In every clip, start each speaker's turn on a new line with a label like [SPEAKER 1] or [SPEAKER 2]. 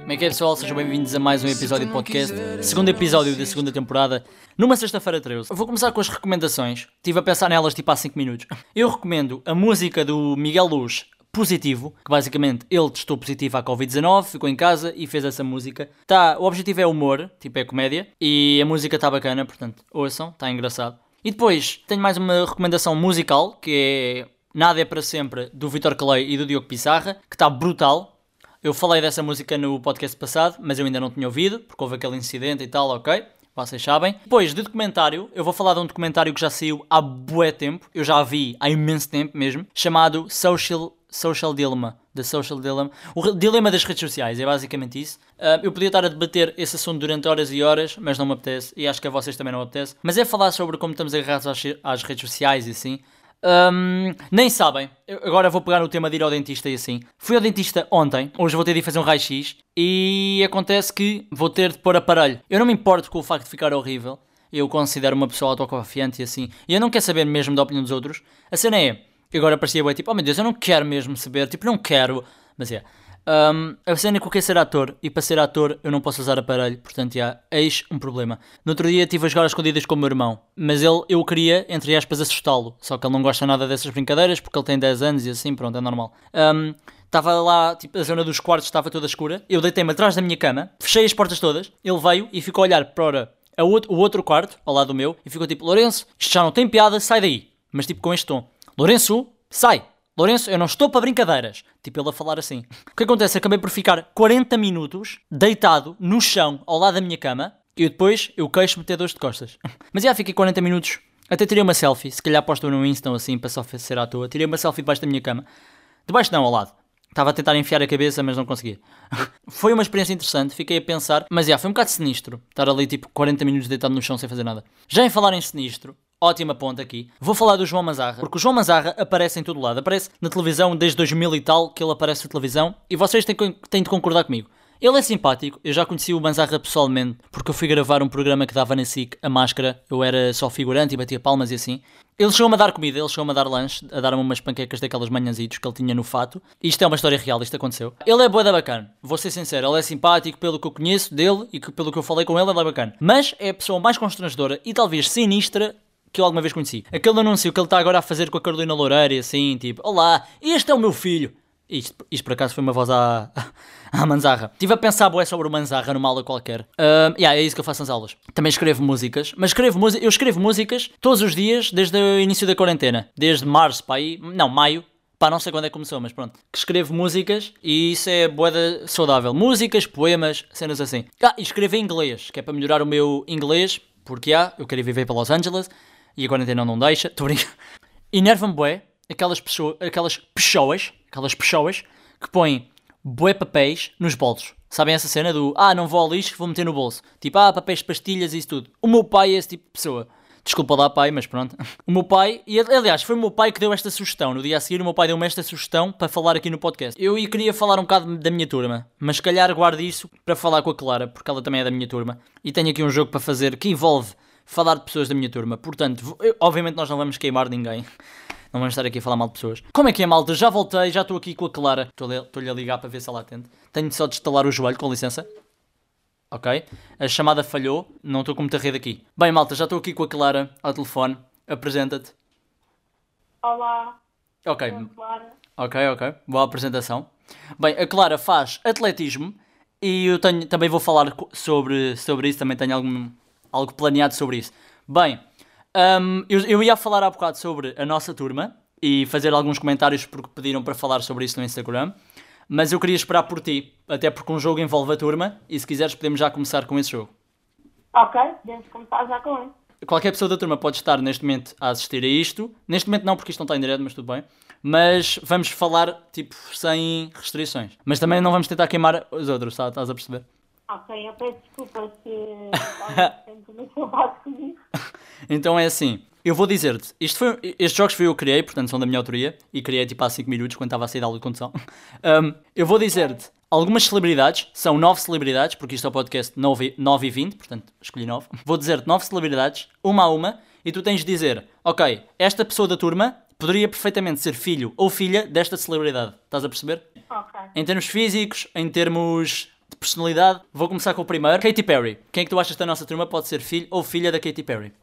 [SPEAKER 1] Como é que é pessoal? Sejam bem-vindos a mais um episódio do podcast, segundo episódio da segunda temporada, numa sexta-feira 13. Vou começar com as recomendações, estive a pensar nelas tipo há 5 minutos. Eu recomendo a música do Miguel Luz, Positivo, que basicamente ele testou positivo à Covid-19, ficou em casa e fez essa música. Tá, o objetivo é humor, tipo é comédia, e a música está bacana, portanto ouçam, está engraçado. E depois tenho mais uma recomendação musical, que é Nada é para Sempre, do Vitor Clay e do Diogo Pissarra, que está brutal, eu falei dessa música no podcast passado, mas eu ainda não tinha ouvido, porque houve aquele incidente e tal, ok? Vocês sabem. Depois, de documentário, eu vou falar de um documentário que já saiu há bué tempo, eu já a vi há imenso tempo mesmo, chamado Social, Social Dilemma. The Social Dilemma. O dilema das redes sociais, é basicamente isso. Ah, eu podia estar a debater esse assunto durante horas e horas, mas não me apetece, e acho que a vocês também não apetece. Mas é falar sobre como estamos agarrados às, às redes sociais e assim. Hum, nem sabem. Eu agora vou pegar no tema de ir ao dentista e assim. Fui ao dentista ontem, hoje vou ter de ir fazer um raio-x e acontece que vou ter de pôr aparelho. Eu não me importo com o facto de ficar horrível. Eu considero uma pessoa autoconfiante e assim. E eu não quero saber mesmo da opinião dos outros. A cena é. eu Agora parecia bem tipo, oh meu Deus, eu não quero mesmo saber. Tipo, não quero. Mas é. Hum, a cena é que eu quero ser ator e para ser ator eu não posso usar aparelho, portanto, já, eis um problema. No outro dia estive a jogar às escondidas com o meu irmão, mas ele, eu queria, entre aspas, assustá-lo, só que ele não gosta nada dessas brincadeiras porque ele tem 10 anos e assim, pronto, é normal. Hum, Estava lá, tipo, a zona dos quartos estava toda escura, eu deitei-me atrás da minha cama, fechei as portas todas, ele veio e ficou a olhar para a out- o outro quarto, ao lado do meu, e ficou tipo, Lourenço, isto já não tem piada, sai daí. Mas tipo com este tom, Lourenço, sai. Lourenço, eu não estou para brincadeiras. Tipo ele a falar assim. O que acontece? Acabei por ficar 40 minutos deitado no chão ao lado da minha cama e depois eu queixo-me de ter dores de costas. Mas já fiquei 40 minutos. Até tirei uma selfie, se calhar posto no Insta ou assim para só ser à toa. Tirei uma selfie debaixo da minha cama. Debaixo não, ao lado. Estava a tentar enfiar a cabeça, mas não conseguia. foi uma experiência interessante, fiquei a pensar, mas já, foi um bocado sinistro estar ali tipo 40 minutos deitado no chão sem fazer nada. Já em falar em sinistro, ótima ponta aqui, vou falar do João Mazarra, porque o João Mazarra aparece em todo lado, aparece na televisão desde 2000 e tal que ele aparece na televisão, e vocês têm, con- têm de concordar comigo. Ele é simpático, eu já conheci o Manzarra pessoalmente, porque eu fui gravar um programa que dava na SIC, a máscara, eu era só figurante e batia palmas e assim. Ele chegou-me a dar comida, ele chegou-me a dar lanche, a dar-me umas panquecas daquelas manhãzitos que ele tinha no fato. Isto é uma história real, isto aconteceu. Ele é bué da bacana, vou ser sincero, ele é simpático pelo que eu conheço dele e que, pelo que eu falei com ele, ele é bacana. Mas é a pessoa mais constrangedora e talvez sinistra que eu alguma vez conheci. Aquele anúncio que ele está agora a fazer com a Carolina Loureiro e assim, tipo, olá, este é o meu filho. Isto, isto por acaso foi uma voz à, à Manzarra. Estive a pensar bué sobre o Manzarra numa aula qualquer. Ahm, yeah, é isso que eu faço nas aulas. Também escrevo músicas, mas escrevo musi- eu escrevo músicas todos os dias desde o início da quarentena. Desde março para aí, não, maio, Pá, não sei quando é que começou, mas pronto. Que escrevo músicas e isso é boeda saudável. Músicas, poemas, cenas assim. Ah, e escrevo em inglês, que é para melhorar o meu inglês, porque há, eu queria viver para Los Angeles e a quarentena não deixa, estou brincando. Enervam bué aquelas pessoas, aquelas pessoas, aquelas pessoas que põem bué papéis nos bolsos. Sabem essa cena do ah, não vou ao lixo, vou meter no bolso. Tipo, ah, papéis, pastilhas e isso tudo. O meu pai é esse tipo de pessoa. Desculpa lá, pai, mas pronto. O meu pai, e aliás, foi o meu pai que deu esta sugestão. No dia a seguir, o meu pai deu-me esta sugestão para falar aqui no podcast. Eu ia- queria falar um bocado da minha turma, mas se calhar guardo isso para falar com a Clara, porque ela também é da minha turma. E tenho aqui um jogo para fazer que envolve falar de pessoas da minha turma. Portanto, vo- eu- obviamente, nós não vamos queimar ninguém. Não vamos estar aqui a falar mal de pessoas. Como é que é, malta? Já voltei, já estou aqui com a Clara. Estou-lhe estou-lhe a ligar para ver se ela atende. Tenho só de estalar o joelho, com licença. Ok? A chamada falhou, não estou com muita rede aqui. Bem, malta, já estou aqui com a Clara ao telefone. Apresenta-te.
[SPEAKER 2] Olá,
[SPEAKER 1] Ok,
[SPEAKER 2] Clara.
[SPEAKER 1] ok, ok. Boa apresentação. Bem, a Clara faz atletismo e eu tenho, também vou falar co- sobre, sobre isso, também tenho algum, algo planeado sobre isso. Bem, hum, eu, eu ia falar há bocado sobre a nossa turma e fazer alguns comentários porque pediram para falar sobre isso no Instagram. Mas eu queria esperar por ti, até porque um jogo envolve a turma e se quiseres podemos já começar com esse jogo.
[SPEAKER 2] Ok, podemos começar já com ele.
[SPEAKER 1] Qualquer pessoa da turma pode estar neste momento a assistir a isto. Neste momento não, porque isto não está em direto, mas tudo bem. Mas vamos falar, tipo, sem restrições. Mas também não vamos tentar queimar os outros, tá- estás a perceber?
[SPEAKER 2] Ok, eu peço desculpa se começou a falar comigo.
[SPEAKER 1] Então é assim, eu vou dizer-te, isto foi, estes jogos foi eu que criei, portanto são da minha autoria, e criei tipo há 5 minutos, quando estava a sair da aula de condução. Um, eu vou dizer-te, algumas celebridades, são 9 celebridades, porque isto é o podcast 9, e 20, portanto escolhi 9. Vou dizer-te 9 celebridades, uma a uma, e tu tens de dizer, ok, esta pessoa da turma poderia perfeitamente ser filho ou filha desta celebridade. Estás a perceber?
[SPEAKER 2] Ok.
[SPEAKER 1] Em termos físicos, em termos de personalidade, vou começar com o primeiro. Katy Perry. Quem é que tu achas da nossa turma pode ser filho ou filha da Katy Perry?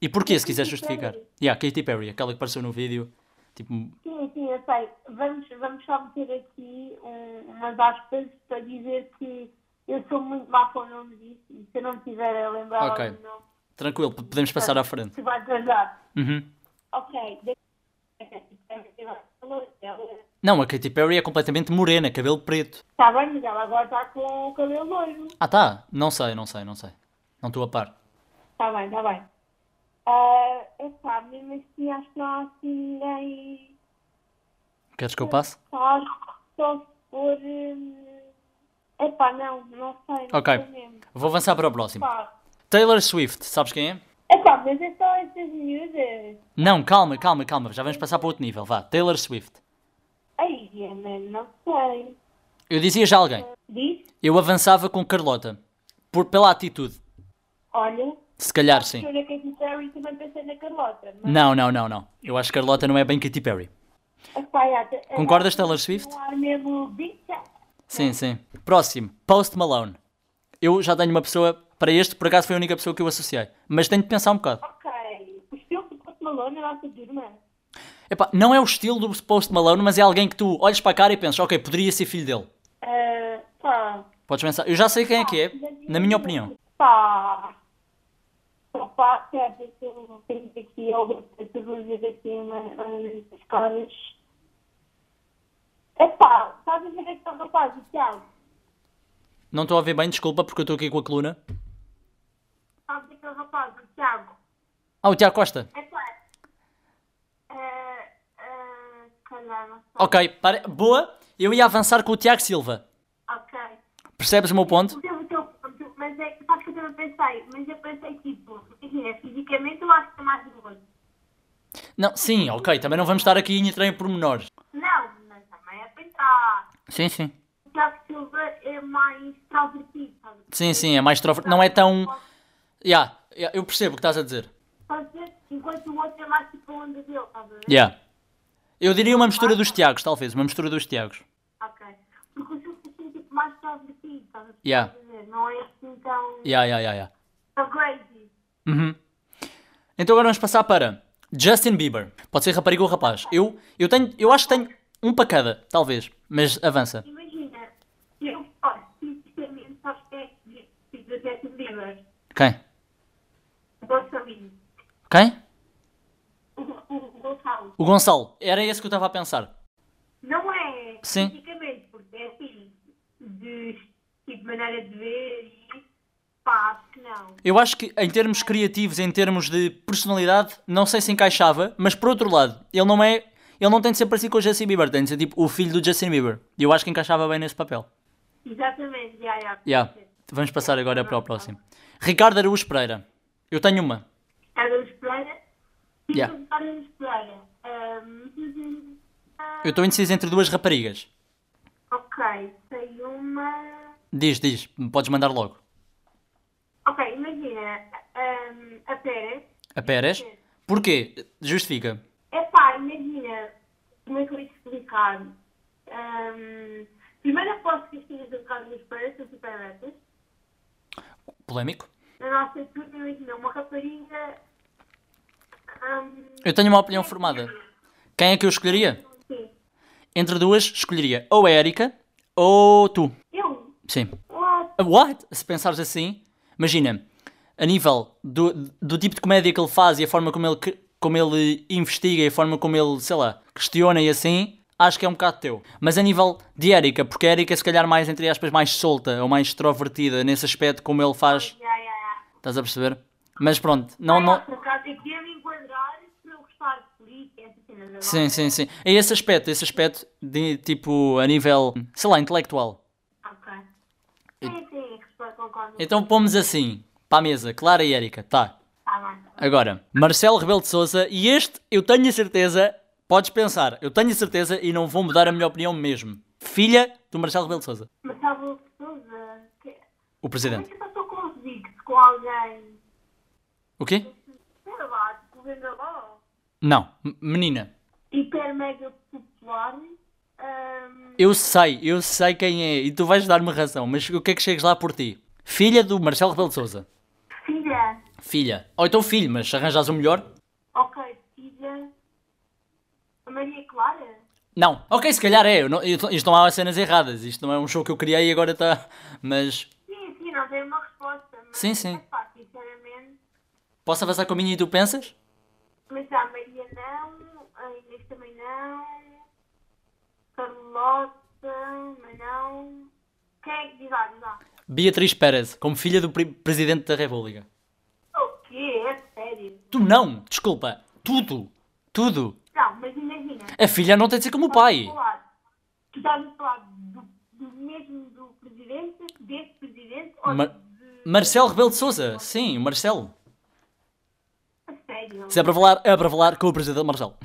[SPEAKER 1] E porquê, se quiseres
[SPEAKER 2] Katy
[SPEAKER 1] justificar?
[SPEAKER 2] Perry.
[SPEAKER 1] Yeah, Katy Perry, aquela que apareceu no vídeo. Tipo,
[SPEAKER 2] Sim, sim, eu sei. Vamos, vamos só meter aqui um, umas aspas para dizer que eu sou muito má com nomes e, e se eu não me tiver a lembrar
[SPEAKER 1] Ok.
[SPEAKER 2] algum nome,
[SPEAKER 1] tranquilo, p- podemos passar à frente.
[SPEAKER 2] tu vais ajudar.
[SPEAKER 1] Uhum.
[SPEAKER 2] Ok. Está
[SPEAKER 1] Não, a Katy Perry é completamente morena, cabelo preto.
[SPEAKER 2] tá bem, mas ela agora está com o cabelo loiro.
[SPEAKER 1] Ah, tá. Não sei, não sei, não sei. Não estou a par.
[SPEAKER 2] Está bem, está bem. Ah, epá, mesmo assim acho que não há assim ninguém.
[SPEAKER 1] Queres que eu passe?
[SPEAKER 2] Só, só se for. hum, Epá, não, não sei. Não
[SPEAKER 1] Ok.
[SPEAKER 2] sei mesmo.
[SPEAKER 1] Vou avançar para o próximo.
[SPEAKER 2] Pá.
[SPEAKER 1] Taylor Swift, sabes quem é?
[SPEAKER 2] Epá, mas é só estas miúdas.
[SPEAKER 1] Não, calma, calma, calma. Já vamos passar para outro nível. Vá, Taylor Swift.
[SPEAKER 2] Ai, é, mano, não sei.
[SPEAKER 1] Eu dizia já alguém.
[SPEAKER 2] Diz?
[SPEAKER 1] Eu avançava com Carlota. Por, pela atitude.
[SPEAKER 2] Olha,
[SPEAKER 1] Se calhar sim.
[SPEAKER 2] eu na Katy Perry também pensei na Carlota. Mas,
[SPEAKER 1] Não, não, não, não. Eu acho que Carlota não é bem Katy Perry.
[SPEAKER 2] epá, é, é, é,
[SPEAKER 1] Concordas, Taylor Swift?
[SPEAKER 2] Não há mesmo bicha.
[SPEAKER 1] Sim, sim. Próximo, Post Malone. Eu já tenho uma pessoa. Para este, por acaso, foi a única pessoa que eu associei. Mas tenho de pensar um bocado.
[SPEAKER 2] Ok. Os filmes de Post Malone, a nossa turma.
[SPEAKER 1] Epá, não é o estilo do Post Malone, mas é alguém que tu olhas para a cara e pensas, ok, poderia ser filho dele.
[SPEAKER 2] Ah, pá.
[SPEAKER 1] Podes pensar. Eu já sei quem é que é, na minha opinião.
[SPEAKER 2] Pá. Opa, certo, é eu tenho aqui algumas dúvidas aqui na- nas escolas. Epá, estás a ver aquele rapaz, o Tiago?
[SPEAKER 1] Não estou a ouvir bem, desculpa, porque eu estou aqui com a coluna.
[SPEAKER 2] Estás a ver aquele rapaz, o Tiago?
[SPEAKER 1] Ah, o Tiago Costa.
[SPEAKER 2] É claro. É, é, calhar, não sei.
[SPEAKER 1] Ok, pare- boa. Eu ia avançar com o Tiago Silva.
[SPEAKER 2] Ok.
[SPEAKER 1] Percebes o meu ponto?
[SPEAKER 2] Porque eu- porque eu- porque eu- Mas é que sabes que eu também pensei, mas eu pensei tipo, imagina, fisicamente eu acho que é mais gordo.
[SPEAKER 1] Não, sim, ok. Também não vamos estar aqui em entrar em pormenores.
[SPEAKER 2] Não, mas também é pensar.
[SPEAKER 1] Sim, sim.
[SPEAKER 2] O Tiago Silva é mais extrovertido, tá sabe?
[SPEAKER 1] Sim, sim, é mais extrovertido. Não é tão... Yeah, yeah, eu percebo o que estás a dizer.
[SPEAKER 2] Pode ser, enquanto o outro é mais tipo a onda dele, estás a ver?
[SPEAKER 1] Yeah. Eu diria uma mistura dos Tiagos, talvez. Uma mistura dos Tiagos.
[SPEAKER 2] Ok. Porque o Silva é tipo mais extrovertido, estás a ver?
[SPEAKER 1] Yeah.
[SPEAKER 2] Não é assim tão,
[SPEAKER 1] Yeah, yeah, yeah, yeah.
[SPEAKER 2] tão crazy.
[SPEAKER 1] Uhum. Então agora vamos passar para Justin Bieber. Pode ser rapariga ou rapaz. Eu, eu tenho, eu acho que tenho um para cada, talvez. Mas avança.
[SPEAKER 2] Imagina, eu, olha, sinceramente, sabes que é que fiz a Jesse Bieber?
[SPEAKER 1] Quem?
[SPEAKER 2] O Gonçalinho.
[SPEAKER 1] Quem?
[SPEAKER 2] O o Gonçalo.
[SPEAKER 1] O Gonçalo. Era esse que eu estava a pensar.
[SPEAKER 2] Não é
[SPEAKER 1] Sim.
[SPEAKER 2] fisicamente, porque é assim, de tipo, maneira de ver e pá, acho que não.
[SPEAKER 1] Eu acho que em termos criativos, em termos de personalidade, não sei se encaixava, mas por outro lado, ele não é. Ele não tem de ser parecido com o Justin Bieber, tem de ser tipo o filho do Justin Bieber. E eu acho que encaixava bem nesse papel.
[SPEAKER 2] Exatamente, já, já.
[SPEAKER 1] Yeah. Vamos passar agora para o próximo. Ricardo Araújo Pereira. Eu tenho uma.
[SPEAKER 2] Era o Espera.
[SPEAKER 1] Já.
[SPEAKER 2] Era o Espera. Ahm,
[SPEAKER 1] Eu estou indeciso entre duas raparigas.
[SPEAKER 2] ok, tem uma.
[SPEAKER 1] Diz, diz, podes mandar logo.
[SPEAKER 2] Ok, imagina, ahm, a Pérez.
[SPEAKER 1] A Pérez? Porquê? Justifica.
[SPEAKER 2] Epá, imagina, como é que eu ia explicar? Ahm, primeiro aposto que as filhas do Carlos Pereira são super betas.
[SPEAKER 1] Polémico.
[SPEAKER 2] Na nossa turma, imagina, uma rapariga. ahm,
[SPEAKER 1] Eu tenho uma opinião formada. Quem é que eu escolheria?
[SPEAKER 2] sim.
[SPEAKER 1] Entre duas, escolheria ou a Erika ou tu.
[SPEAKER 2] Eu?
[SPEAKER 1] Sim.
[SPEAKER 2] What?
[SPEAKER 1] What? Se pensares assim, imagina, a nível do, do tipo de comédia que ele faz e a forma como ele, que- como ele investiga e a forma como ele, sei lá, questiona e assim, acho que é um bocado teu. Mas a nível de Erika, porque a Erika é se calhar mais, entre aspas, mais solta ou mais extrovertida nesse aspecto como ele faz,
[SPEAKER 2] Ya, ya, ya.
[SPEAKER 1] estás a perceber? Mas pronto, não, não...
[SPEAKER 2] Por acaso, eu queria me enquadrar para eu gostar de política, essas cenas agora.
[SPEAKER 1] Sim, sim, sim. É esse aspecto, esse aspecto de, tipo, a nível, sei lá, intelectual.
[SPEAKER 2] Ok. Sim, sim, é respondo, concordo.
[SPEAKER 1] Então pomos assim, para a mesa, Clara e Erika, tá.
[SPEAKER 2] Tá bem.
[SPEAKER 1] Agora, Marcelo Rebelo de Souza, e este eu tenho a certeza, podes pensar, eu tenho a certeza e não vou mudar a minha opinião mesmo. Filha do Marcelo Rebelo de Souza,
[SPEAKER 2] Marcelo Souza. que-
[SPEAKER 1] o
[SPEAKER 2] Como é
[SPEAKER 1] presidente.
[SPEAKER 2] que eu estou convicto com alguém?
[SPEAKER 1] O quê?
[SPEAKER 2] Sei lá, tipo, vendo a voz.
[SPEAKER 1] Não, M- menina.
[SPEAKER 2] hiper mega popular. hum, Ahm,
[SPEAKER 1] Eu sei, eu sei quem é e tu vais dar-me razão, mas o que é que chegas lá por ti? Filha do Marcelo Rebelo de Souza.
[SPEAKER 2] filha,
[SPEAKER 1] Filha. Ou então filho, mas se arranjas o melhor?
[SPEAKER 2] ok, filha. Maria Clara?
[SPEAKER 1] Não. Ok, se calhar é. eu não- eu- isto não há cenas erradas. Isto não é um show que eu criei e agora está. Mas
[SPEAKER 2] Sim, sim, não tem uma resposta. Mas
[SPEAKER 1] Sim, sim.
[SPEAKER 2] É fácil, sinceramente.
[SPEAKER 1] posso avançar com a minha e tu pensas?
[SPEAKER 2] Mas já a Maria não, a Inês também não, Carlota, mas não. Quem é que diz lá? Diz lá.
[SPEAKER 1] Beatriz Pérez, como filha do pre- Presidente da República.
[SPEAKER 2] O quê? É sério?
[SPEAKER 1] Tu não. Desculpa. Tudo. Tudo.
[SPEAKER 2] Não, mas imagina.
[SPEAKER 1] A filha não tem de ser como o pai.
[SPEAKER 2] estás a falar- Tu estás a falar do, do mesmo do presidente, deste presidente, ou
[SPEAKER 1] Mar-
[SPEAKER 2] de.
[SPEAKER 1] Marcelo Rebelo de Souza. Sim, o Marcelo.
[SPEAKER 2] A sério?
[SPEAKER 1] Se é para falar, é para falar com o Presidente Marcelo.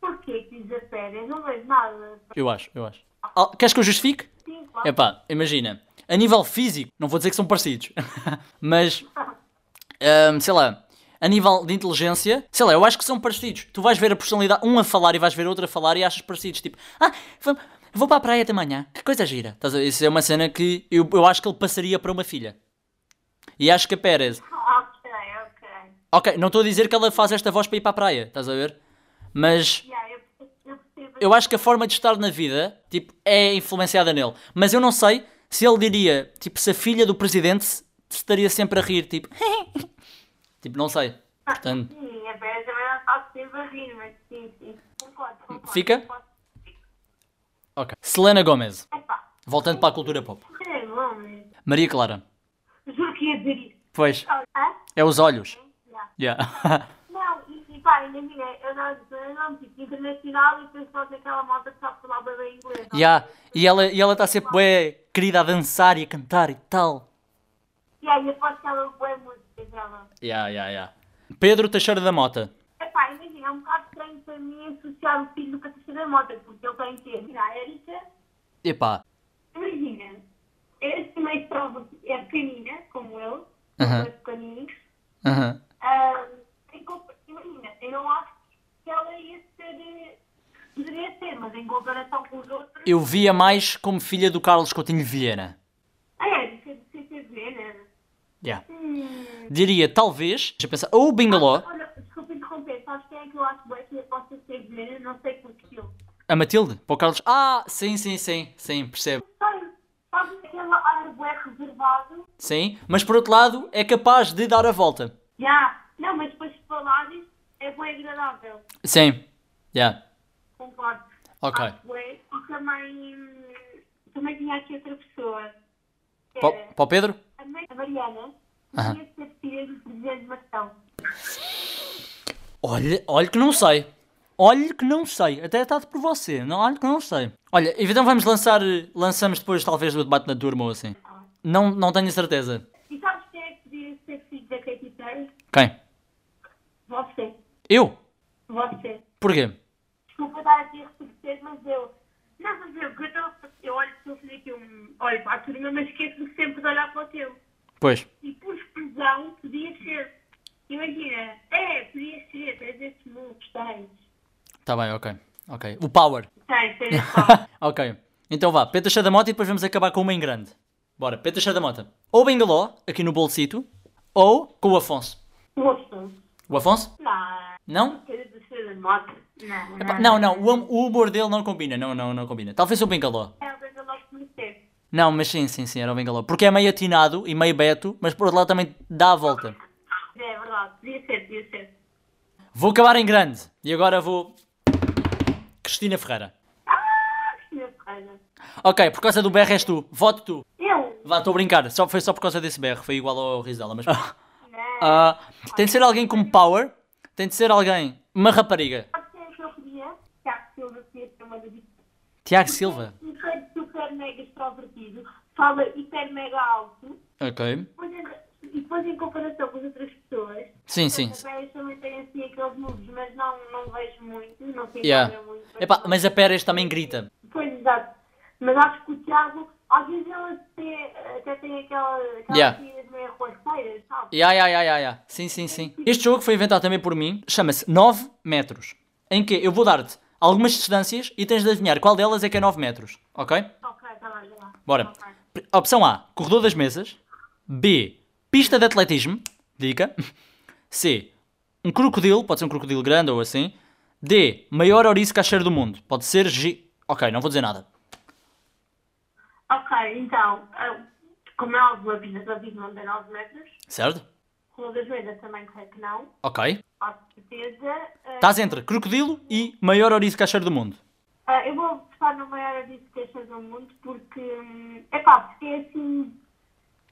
[SPEAKER 2] Porquê que diz a férias? Não vejo nada.
[SPEAKER 1] Eu acho, eu acho. Ah, Queres que eu justifique?
[SPEAKER 2] Sim, claro.
[SPEAKER 1] Epá, imagina, a nível físico, não vou dizer que são parecidos, mas ahm, sei lá, a nível de inteligência, sei lá, eu acho que são parecidos. Tu vais ver a personalidade, um a falar e vais ver outro a falar e achas parecidos. Tipo, ah, vam- vou para a praia até amanhã, que coisa gira. Estás a ver? Isso é uma cena que eu, eu acho que ele passaria para uma filha. E acho que a Pérez,
[SPEAKER 2] Ah, ok, ok.
[SPEAKER 1] ok, não estou a dizer que ela faz esta voz para ir para a praia, estás a ver? Mas
[SPEAKER 2] Yeah, eu percebo. Eu percebo.
[SPEAKER 1] eu acho que a forma de estar na vida, tipo, é influenciada nele. Mas eu não sei se ele diria, tipo, se a filha do presidente se- se estaria sempre a rir, tipo, tipo, não sei. Portanto,
[SPEAKER 2] Sim, a Vera também não está sempre a rir, mas sim, sim. Concordo, concordo.
[SPEAKER 1] Fica?
[SPEAKER 2] Concordo.
[SPEAKER 1] ok. Selena Gomez,
[SPEAKER 2] Epá,
[SPEAKER 1] voltando para a cultura pop.
[SPEAKER 2] sei lá, mas
[SPEAKER 1] Maria Clara,
[SPEAKER 2] né? juro que ia dizer isso.
[SPEAKER 1] pois,
[SPEAKER 2] Ah, ah,
[SPEAKER 1] é os olhos.
[SPEAKER 2] já.
[SPEAKER 1] Yeah.
[SPEAKER 2] Não, e, e pá, imagina, eu não eu não tipo internacional e penso só naquela malta que sabe falar bem inglês. não?
[SPEAKER 1] yeah. E ela está e ela tá sempre bué querida a dançar e a cantar e tal.
[SPEAKER 2] E aí eu posso que ela boa música dela.
[SPEAKER 1] Yeah, yeah, yeah. Pedro Teixeira da Mota.
[SPEAKER 2] Epá, imagina, é um bocado estranho para mim associar o filho do Catarina da Mota, porque ele tem que ir à Érica.
[SPEAKER 1] Epá.
[SPEAKER 2] Imagina, eu também sou é pequenina, como eu,
[SPEAKER 1] Aham.
[SPEAKER 2] sou pequenina.
[SPEAKER 1] Aham.
[SPEAKER 2] Ah, em compa- imagina, eu não acho que ela ia ser. eh, Poderia ser, mas em comparação com os outros.
[SPEAKER 1] Eu via mais como filha do Carlos Coutinho Vieira.
[SPEAKER 2] A Érica Ah, é, de CTV, né?
[SPEAKER 1] Yeah.
[SPEAKER 2] Hum.
[SPEAKER 1] Diria, talvez, já pensa, ou o Bingaló,
[SPEAKER 2] Olha, desculpa interromper, sabes quem é que eu acho bem que eu posso ser veneno? Não sei porquê.
[SPEAKER 1] a Matilde, para o Carlos. Ah, sim, sim, sim, sim, percebo.
[SPEAKER 2] Sabe, sabe aquele ar bué reservado?
[SPEAKER 1] Sim, mas por outro lado, é capaz de dar a volta.
[SPEAKER 2] Já, não, mas depois de falares é bem agradável.
[SPEAKER 1] Sim, yeah.
[SPEAKER 2] Concordo.
[SPEAKER 1] Ok.
[SPEAKER 2] Acho bué. E também, hum, também tinha aqui outra pessoa. que é
[SPEAKER 1] Para
[SPEAKER 2] era-
[SPEAKER 1] o- para o Pedro?
[SPEAKER 2] A mãe da Mariana
[SPEAKER 1] Aham.
[SPEAKER 2] devia ser filha do presidente Martão.
[SPEAKER 1] Olha, olha que não sei. Olha que não sei. Até está por você. Não, olha que não sei. Olha, e então vamos lançar. Lançamos depois, talvez, do debate na turma ou assim. Não, não tenho certeza.
[SPEAKER 2] E sabes quem é que devia ser filho da Katy Perry?
[SPEAKER 1] Quem?
[SPEAKER 2] Você.
[SPEAKER 1] Eu?
[SPEAKER 2] Você.
[SPEAKER 1] Porquê?
[SPEAKER 2] Desculpa estar aqui a reconhecer, mas eu. Não, mas eu, eu, não- eu olho para fazer aqui um. Olho para a turma, mas esqueço-me sempre de olhar para o teu.
[SPEAKER 1] Pois.
[SPEAKER 2] E por exclusão, podia ser. Imagina, é, podia ser, tens esses mundo, tens.
[SPEAKER 1] Está bem, ok. Ok. O Power.
[SPEAKER 2] Tens, tens esse pau.
[SPEAKER 1] ok. Então vá, Peta da Mota e depois vamos acabar com uma em grande. Bora, Peta da Mota. Ou Bengaló, aqui no bolsito, ou com o Afonso.
[SPEAKER 2] Moço.
[SPEAKER 1] O Afonso?
[SPEAKER 2] Não,
[SPEAKER 1] Não?
[SPEAKER 2] queres descer da moto? Não,
[SPEAKER 1] Pá, Não, não, o, hum- o humor dele não combina, não, não, não combina. Talvez o Bengaló.
[SPEAKER 2] É, mas eu logo comecei.
[SPEAKER 1] Não, mas sim, sim, sim, era o Bengaló. Porque é meio atinado e meio beto, mas por outro lado também dá a volta.
[SPEAKER 2] É verdade, podia ser, podia ser.
[SPEAKER 1] Vou acabar em grande. E agora vou... Cristina Ferreira.
[SPEAKER 2] Ah, senhor Ferreira.
[SPEAKER 1] Ok, por causa do BR és tu. Voto tu.
[SPEAKER 2] Eu?
[SPEAKER 1] Vá, estou a brincar. Só, foi só por causa desse BR. Foi igual ao Rizela, mas...
[SPEAKER 2] Não.
[SPEAKER 1] Ah, tem de ser alguém com power, tem de ser alguém, uma rapariga.
[SPEAKER 2] Sabe quem é que eu queria? Tiago Silva, que ia ser uma das É
[SPEAKER 1] Tiago Silva.
[SPEAKER 2] super, super mega extrovertido, fala hiper mega alto,
[SPEAKER 1] Ok.
[SPEAKER 2] depois, em- e depois em comparação com as outras pessoas,
[SPEAKER 1] Sim, sim.
[SPEAKER 2] as velhas também têm assim aqueles moves, mas não, não vejo muito, não sei é
[SPEAKER 1] Yeah.
[SPEAKER 2] muito.
[SPEAKER 1] Epá, mas a Pérez também grita.
[SPEAKER 2] Pois, exato. Mas acho que o Tiago, às vezes ele até, até tem aquela, aquelas
[SPEAKER 1] Yeah.
[SPEAKER 2] tiras meio rosteiras, sabe?
[SPEAKER 1] Ya, ya, ya, ya, ya. Sim, sim, sim. Este jogo foi inventado também por mim. Chama-se 9 metros. em que eu vou dar-te algumas distâncias e tens de adivinhar qual delas é que é 9 metros, ok?
[SPEAKER 2] Ok, tá bem, tá bem.
[SPEAKER 1] Bora.
[SPEAKER 2] Ok.
[SPEAKER 1] P- Opção A, corredor das mesas. B, pista de atletismo. Dica. C, um crocodilo, pode ser um crocodilo grande ou assim. D, maior ouriço cacheiro do mundo. Pode ser G. Ok, não vou dizer nada.
[SPEAKER 2] Ok, então, ah, como é óbvio, a pista da vida não tem 9 metros.
[SPEAKER 1] Certo?
[SPEAKER 2] Rua das Vendas também creio que não.
[SPEAKER 1] Ok.
[SPEAKER 2] Com certeza. Ah,
[SPEAKER 1] Estás entre crocodilo e maior ouriço cacheiro do mundo.
[SPEAKER 2] ah, eu vou apostar na maior edificação do mundo porque, hum, epá, porque é assim,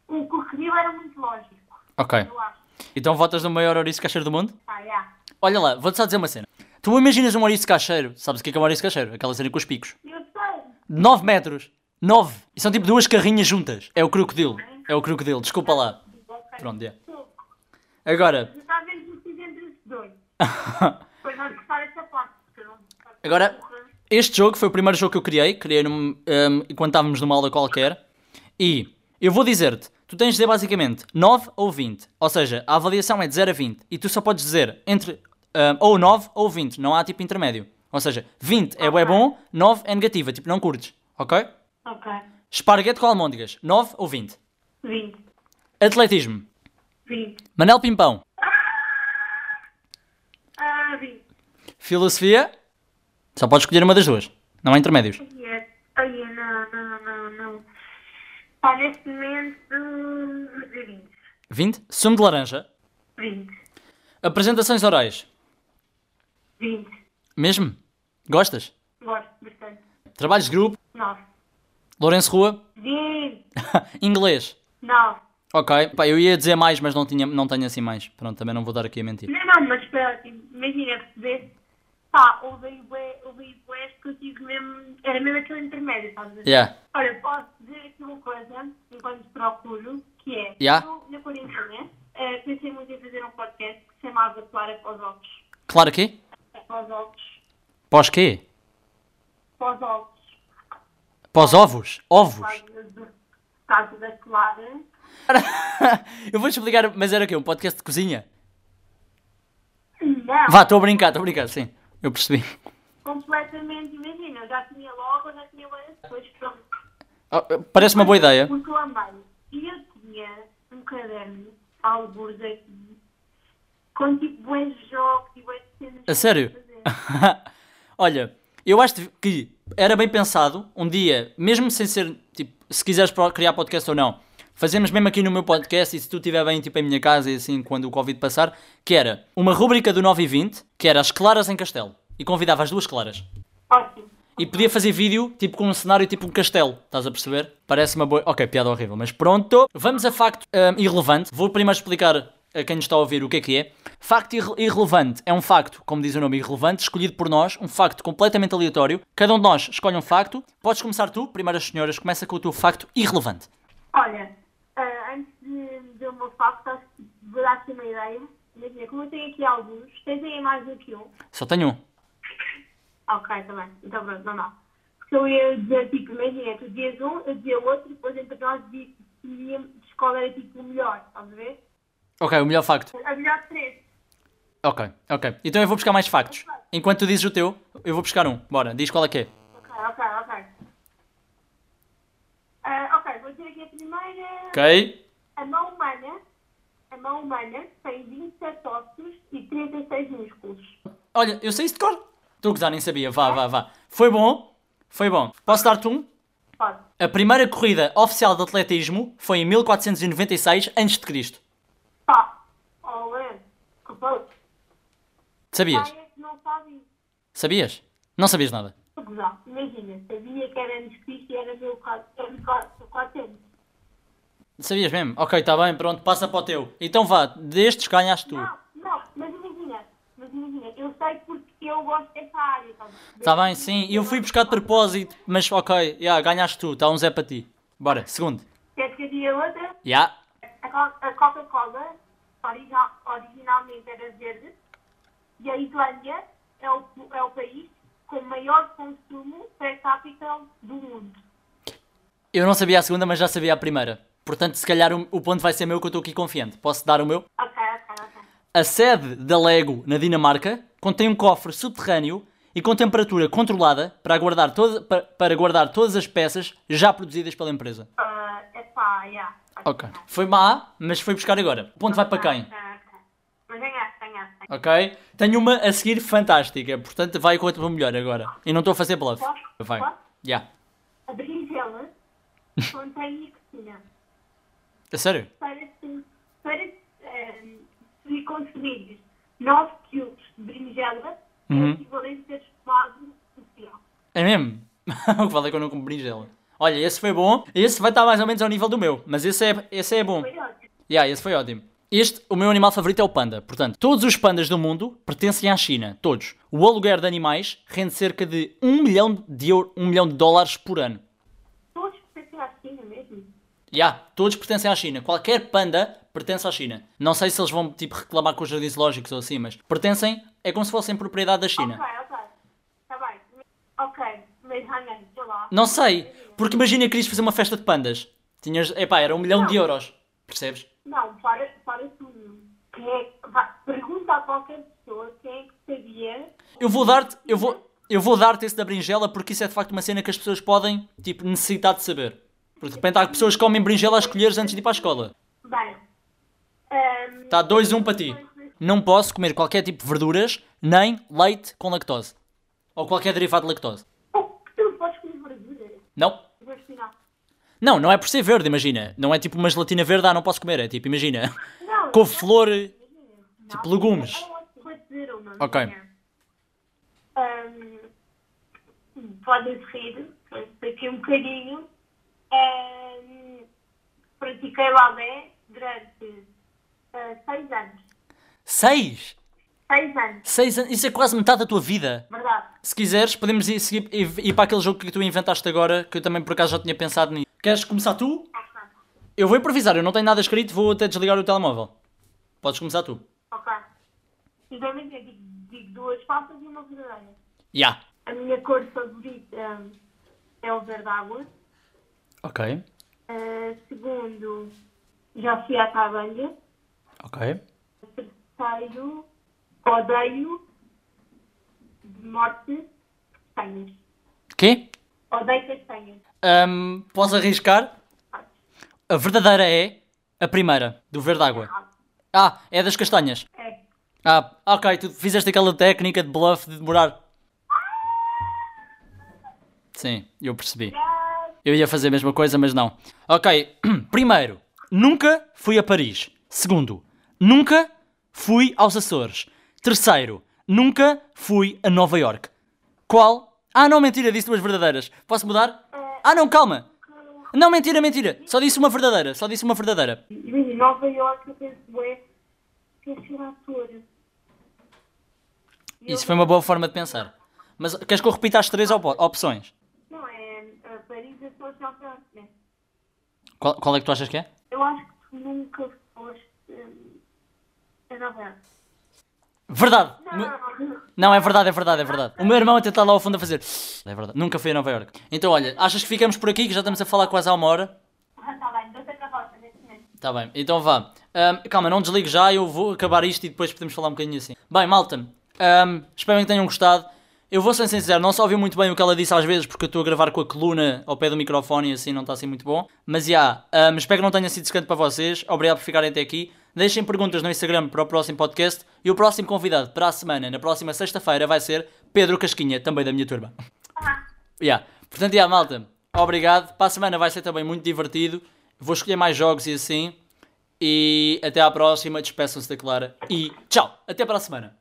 [SPEAKER 2] o crocodilo era muito lógico,
[SPEAKER 1] Ok.
[SPEAKER 2] eu acho.
[SPEAKER 1] Então votas no maior ouriço cacheiro do mundo?
[SPEAKER 2] Ah, yeah.
[SPEAKER 1] Olha lá, vou-te só dizer uma cena. Tu imaginas um ouriço cacheiro. Sabes o que é que é um ouriço cacheiro? Aquela cena com os picos.
[SPEAKER 2] Eu sei.
[SPEAKER 1] 9 metros. 9. E são tipo duas carrinhas juntas. É o crocodilo. É o crocodilo. Desculpa lá.
[SPEAKER 2] Ok.
[SPEAKER 1] Pronto, é.
[SPEAKER 2] Estou.
[SPEAKER 1] Agora,
[SPEAKER 2] Eu estava mesmo decidido entre os dois. Depois vamos cortar essa parte, porque eu não...
[SPEAKER 1] Agora- este jogo foi o primeiro jogo que eu criei. Criei num, hum, enquanto estávamos numa aula qualquer. E eu vou dizer-te. Tu tens de dizer basicamente 9 ou 20. Ou seja, a avaliação é de 0 a 20. E tu só podes dizer entre hum, ou 9 ou 20. Não há tipo intermédio. Ou seja, 20 é bué bom, 9 é negativa. Tipo, não curtes. Ok?
[SPEAKER 2] Ok.
[SPEAKER 1] Esparguete com almôndegas. 9 ou 20.
[SPEAKER 2] 20.
[SPEAKER 1] Atletismo.
[SPEAKER 2] 20.
[SPEAKER 1] Manel Pimpão.
[SPEAKER 2] Ah, 20.
[SPEAKER 1] Filosofia. Só podes escolher uma das duas. Não há intermédios.
[SPEAKER 2] Yes. Ai, não, não, não, não. Pá, tá neste momento, 20.
[SPEAKER 1] 20. Sumo de laranja.
[SPEAKER 2] 20.
[SPEAKER 1] Apresentações orais.
[SPEAKER 2] 20.
[SPEAKER 1] Mesmo? Gostas?
[SPEAKER 2] Gosto bastante.
[SPEAKER 1] Trabalhos de grupo.
[SPEAKER 2] 9.
[SPEAKER 1] Lourenço Rua.
[SPEAKER 2] 20.
[SPEAKER 1] Inglês.
[SPEAKER 2] 9.
[SPEAKER 1] Ok. Pá, eu ia dizer mais, mas não, tinha, não tenho assim mais. Pronto, também não vou dar aqui a mentir.
[SPEAKER 2] Não, não, mas espera, tipo, imagina perceber. Pá, ouvi bué, ouvi bué, que eu tive mesmo. Era mesmo aquele intermédio, estás a ver?
[SPEAKER 1] Yeah.
[SPEAKER 2] Olha, posso dizer aqui uma coisa, enquanto procuro, que é,
[SPEAKER 1] Yeah.
[SPEAKER 2] eu, na quarentena, eh, pensei muito em fazer um podcast que se chamava Clara para os Olhos.
[SPEAKER 1] Claro que.
[SPEAKER 2] Para os Olhos.
[SPEAKER 1] Pós quê?
[SPEAKER 2] Para os Olhos.
[SPEAKER 1] Pós ovos? Ovos.
[SPEAKER 2] Caso do- Caso da Clara.
[SPEAKER 1] eu vou-te explicar, mas era o quê? Um podcast de cozinha?
[SPEAKER 2] Não,
[SPEAKER 1] Vá, estou a brincar, estou a brincar, sim. Eu percebi.
[SPEAKER 2] completamente, imagina, eu já tinha logo, já tinha logo, depois pronto.
[SPEAKER 1] Ah, Parece uma boa ideia.
[SPEAKER 2] Porque lá meio, e eu tinha um caderno, alguns aqui, com tipo bué jogos e bué cenas.
[SPEAKER 1] A sério?
[SPEAKER 2] para fazer.
[SPEAKER 1] Olha, eu acho que era bem pensado um dia, mesmo sem ser, tipo, se quiseres pro- criar podcast ou não, fazemos mesmo aqui no meu podcast e se tu estiver bem, tipo, em minha casa e assim, quando o Covid passar, que era uma rubrica do 9 e 20, que era as claras em castelo, e convidava as duas claras.
[SPEAKER 2] Ótimo.
[SPEAKER 1] E podia fazer vídeo, tipo, com um cenário tipo um castelo, estás a perceber? Parece uma boa... Ok, piada horrível, mas pronto. Vamos a facto hum, irrelevante. Vou primeiro explicar a quem nos está a ouvir o que é que é. Facto irre- irrelevante é um facto, como diz o nome, irrelevante, escolhido por nós, um facto completamente aleatório. Cada um de nós escolhe um facto. Podes começar tu, primeiro as senhoras, começa com o teu facto irrelevante.
[SPEAKER 2] Olha, ah, antes de de eu meu facto, acho que vou dar aqui uma ideia. Imagina, como eu tenho aqui alguns, tens aí mais do que um.
[SPEAKER 1] Só tenho um.
[SPEAKER 2] Ok, também. Então pronto, não dá. Porque eu ia dizer, tipo, imagina, tu dizias um, eu dizia outro, e depois entre nós dizia- decidíamos qual era tipo o melhor, estás a ver?
[SPEAKER 1] Ok, o melhor facto.
[SPEAKER 2] A melhor de três.
[SPEAKER 1] Ok, ok. Então eu vou buscar mais factos. Enquanto tu dizes o teu, eu vou buscar um. Bora, diz qual é que é.
[SPEAKER 2] Ok, ok, ok. Ah, ok, vou dizer aqui a primeira.
[SPEAKER 1] Ok.
[SPEAKER 2] A mão humana, a mão humana tem 27 ossos e 36 músculos.
[SPEAKER 1] Olha, eu sei isso de cor. Estou a gozar, nem sabia. Vá, vá, vá. Foi bom, foi bom. Posso dar-te um?
[SPEAKER 2] Pode.
[SPEAKER 1] A primeira corrida oficial de atletismo foi em 1496 a.C.
[SPEAKER 2] Pá, olé, que bom.
[SPEAKER 1] Sabias?
[SPEAKER 2] Pai é que não sabe isso.
[SPEAKER 1] Sabias? Não sabias nada.
[SPEAKER 2] Estou a gozar. Imagina, sabia que era antes Cristo e era meu quatro anos.
[SPEAKER 1] Sabias mesmo? Ok, está bem, pronto, passa para o teu. Então vá, destes ganhaste tu.
[SPEAKER 2] Não, não, mas imagina, mas imagina, eu sei porque eu gosto dessa área. Tá
[SPEAKER 1] Está bem, sim. Eu fui buscar de propósito, mas ok, já, ganhaste tu. Está um zé para ti. Bora, segundo.
[SPEAKER 2] Queres que eu diga outra?
[SPEAKER 1] Já.
[SPEAKER 2] A Co- a Coca-Cola origina- originalmente era verde e a Islândia é o, é o país com maior consumo per capita do mundo.
[SPEAKER 1] Eu não sabia a segunda, mas já sabia a primeira. Portanto, se calhar o, o ponto vai ser meu que eu estou aqui confiante. Posso dar o meu?
[SPEAKER 2] Ok, ok, ok.
[SPEAKER 1] A sede da Lego na Dinamarca contém um cofre subterrâneo e com temperatura controlada para guardar, todo, para, para guardar todas as peças já produzidas pela empresa.
[SPEAKER 2] Ah, epá, yeah. Acho
[SPEAKER 1] Ok.
[SPEAKER 2] que não.
[SPEAKER 1] Foi má, mas foi buscar agora. O ponto vai para quem?
[SPEAKER 2] Ah, ok. Mas ganhaste, ganhaste.
[SPEAKER 1] Ok? Tenho uma a seguir fantástica, portanto vai com a tua melhor agora. E não estou a fazer bluff.
[SPEAKER 2] Posso?
[SPEAKER 1] Vai. Já.
[SPEAKER 2] Posso? A berinjela contém nicotina.
[SPEAKER 1] A sério?
[SPEAKER 2] Para, se- para eh, se consumires 9 kg de berinjela, é
[SPEAKER 1] Uhum.
[SPEAKER 2] o equivalente a teres fumado um cigarro.
[SPEAKER 1] É mesmo? o que vale é que eu não como berinjela. Olha, esse foi bom. Esse vai estar mais ou menos ao nível do meu, mas esse é, esse é bom.
[SPEAKER 2] Foi ótimo.
[SPEAKER 1] Yeah, esse foi ótimo. Este, o meu animal favorito é o panda. Portanto, todos os pandas do mundo pertencem à China. Todos. O aluguer de animais rende cerca de 1 milhão de, euro, 1 milhão de dólares por ano.
[SPEAKER 2] Todos pertencem à China mesmo.
[SPEAKER 1] Ya, todos pertencem à China. Qualquer panda pertence à China. Não sei se eles vão tipo reclamar com os jardins lógicos ou assim, mas pertencem, é como se fossem propriedade da China.
[SPEAKER 2] Ok, ok. Está bem. Ok, mas ganhei, sei lá.
[SPEAKER 1] Não sei, porque imagina que querias fazer uma festa de pandas. Tinhas, epá, era um milhão de euros. Percebes?
[SPEAKER 2] Não, para, para tudo. Quem é, vá, pergunta a qualquer pessoa quem é que sabia.
[SPEAKER 1] Eu vou dar-te, eu vou, eu vou dar-te esse da berinjela porque isso é de facto uma cena que as pessoas podem, tipo, necessitar de saber. Porque de repente há pessoas que comem berinjela a escolheres antes de ir para a escola.
[SPEAKER 2] Bem. ehm,
[SPEAKER 1] Está 2-1 para ti. Não posso comer qualquer tipo de verduras, nem leite com lactose. Ou qualquer derivado de lactose.
[SPEAKER 2] O que tu podes comer verdura?
[SPEAKER 1] Não.
[SPEAKER 2] Mas final.
[SPEAKER 1] Não, não é por ser verde, imagina. Não é tipo uma gelatina verde, ah, não posso comer. É tipo, imagina,
[SPEAKER 2] Não,
[SPEAKER 1] couve-flor, tipo legumes.
[SPEAKER 2] Vou dizer uma.
[SPEAKER 1] Ok.
[SPEAKER 2] Um, Podem-se rir, mas daqui um bocadinho. Ehm, pratiquei balé durante eh, seis anos.
[SPEAKER 1] Seis!
[SPEAKER 2] Seis anos,
[SPEAKER 1] Seis anos, isso é quase metade da tua vida.
[SPEAKER 2] verdade.
[SPEAKER 1] Se quiseres, podemos ir, seguir- ir- ir para aquele jogo que tu inventaste agora, que eu também por acaso já tinha pensado nisso. Queres começar tu? Eu vou improvisar, eu não tenho nada escrito, vou até desligar o telemóvel. Podes começar tu.
[SPEAKER 2] Ok. Igualmente, eu digo, digo duas falsas e uma verdadeira.
[SPEAKER 1] Já.
[SPEAKER 2] A minha cor favorita hum, é o verde água.
[SPEAKER 1] Ok.
[SPEAKER 2] Uh, segundo, já fui à tabanha.
[SPEAKER 1] Ok.
[SPEAKER 2] Terceiro, odeio de morte castanhas.
[SPEAKER 1] Quê?
[SPEAKER 2] Odeio castanhas.
[SPEAKER 1] Ahm, posso arriscar? A verdadeira é a primeira, do verde água. Ah, é das castanhas.
[SPEAKER 2] É.
[SPEAKER 1] Ah, ok, tu fizeste aquela técnica de bluff de demorar. Sim, eu percebi.
[SPEAKER 2] Ah,
[SPEAKER 1] Eu ia fazer a mesma coisa, mas não. Ok, primeiro, nunca fui a Paris. Segundo, nunca fui aos Açores. Terceiro, nunca fui a Nova York. Qual? Ah, não, mentira, disse duas verdadeiras. Posso mudar? Ah, não, calma. Não, mentira, mentira. Só disse uma verdadeira, só disse uma verdadeira.
[SPEAKER 2] Em Nova Iorque, eu penso, ué, quer ser ator.
[SPEAKER 1] Isso foi uma boa forma de pensar. Mas queres que eu repita as três opo- opções?
[SPEAKER 2] Não, é é Paris, eu sou São Francisco.
[SPEAKER 1] Qual, qual é que tu achas que é?
[SPEAKER 2] né? Eu acho que tu nunca foste hum, a Nova Iorque.
[SPEAKER 1] Verdade! Me-
[SPEAKER 2] Não.
[SPEAKER 1] Não, é verdade, é verdade, é verdade. O meu irmão até está lá ao fundo a fazer. É verdade. Nunca fui a Nova York. Então, olha, achas que ficamos por aqui, que já estamos a falar quase há uma hora?
[SPEAKER 2] Ah, tá bem, dou-te outra volta nesse momento.
[SPEAKER 1] Tá bem, então vá. Ahm, calma, não desligue já, eu vou acabar isto e depois podemos falar um bocadinho assim. Bem, malta, ahm, espero que tenham gostado. Eu vou ser sincero, não só ouvi muito bem o que ela disse às vezes, porque eu estou a gravar com a coluna ao pé do microfone e assim não está assim muito bom. Mas já, ahm, espero que não tenha sido secante para vocês. Obrigado por ficarem até aqui. Deixem perguntas no Instagram para o próximo podcast. E o próximo convidado para a semana, na próxima sexta-feira, vai ser Pedro Casquinha, também da minha turma. Yeah. Portanto, yeah, malta, obrigado. Para a semana vai ser também muito divertido. Vou escolher mais jogos e assim. E até à próxima. Despeçam-se da Clara. E tchau. Até para a semana.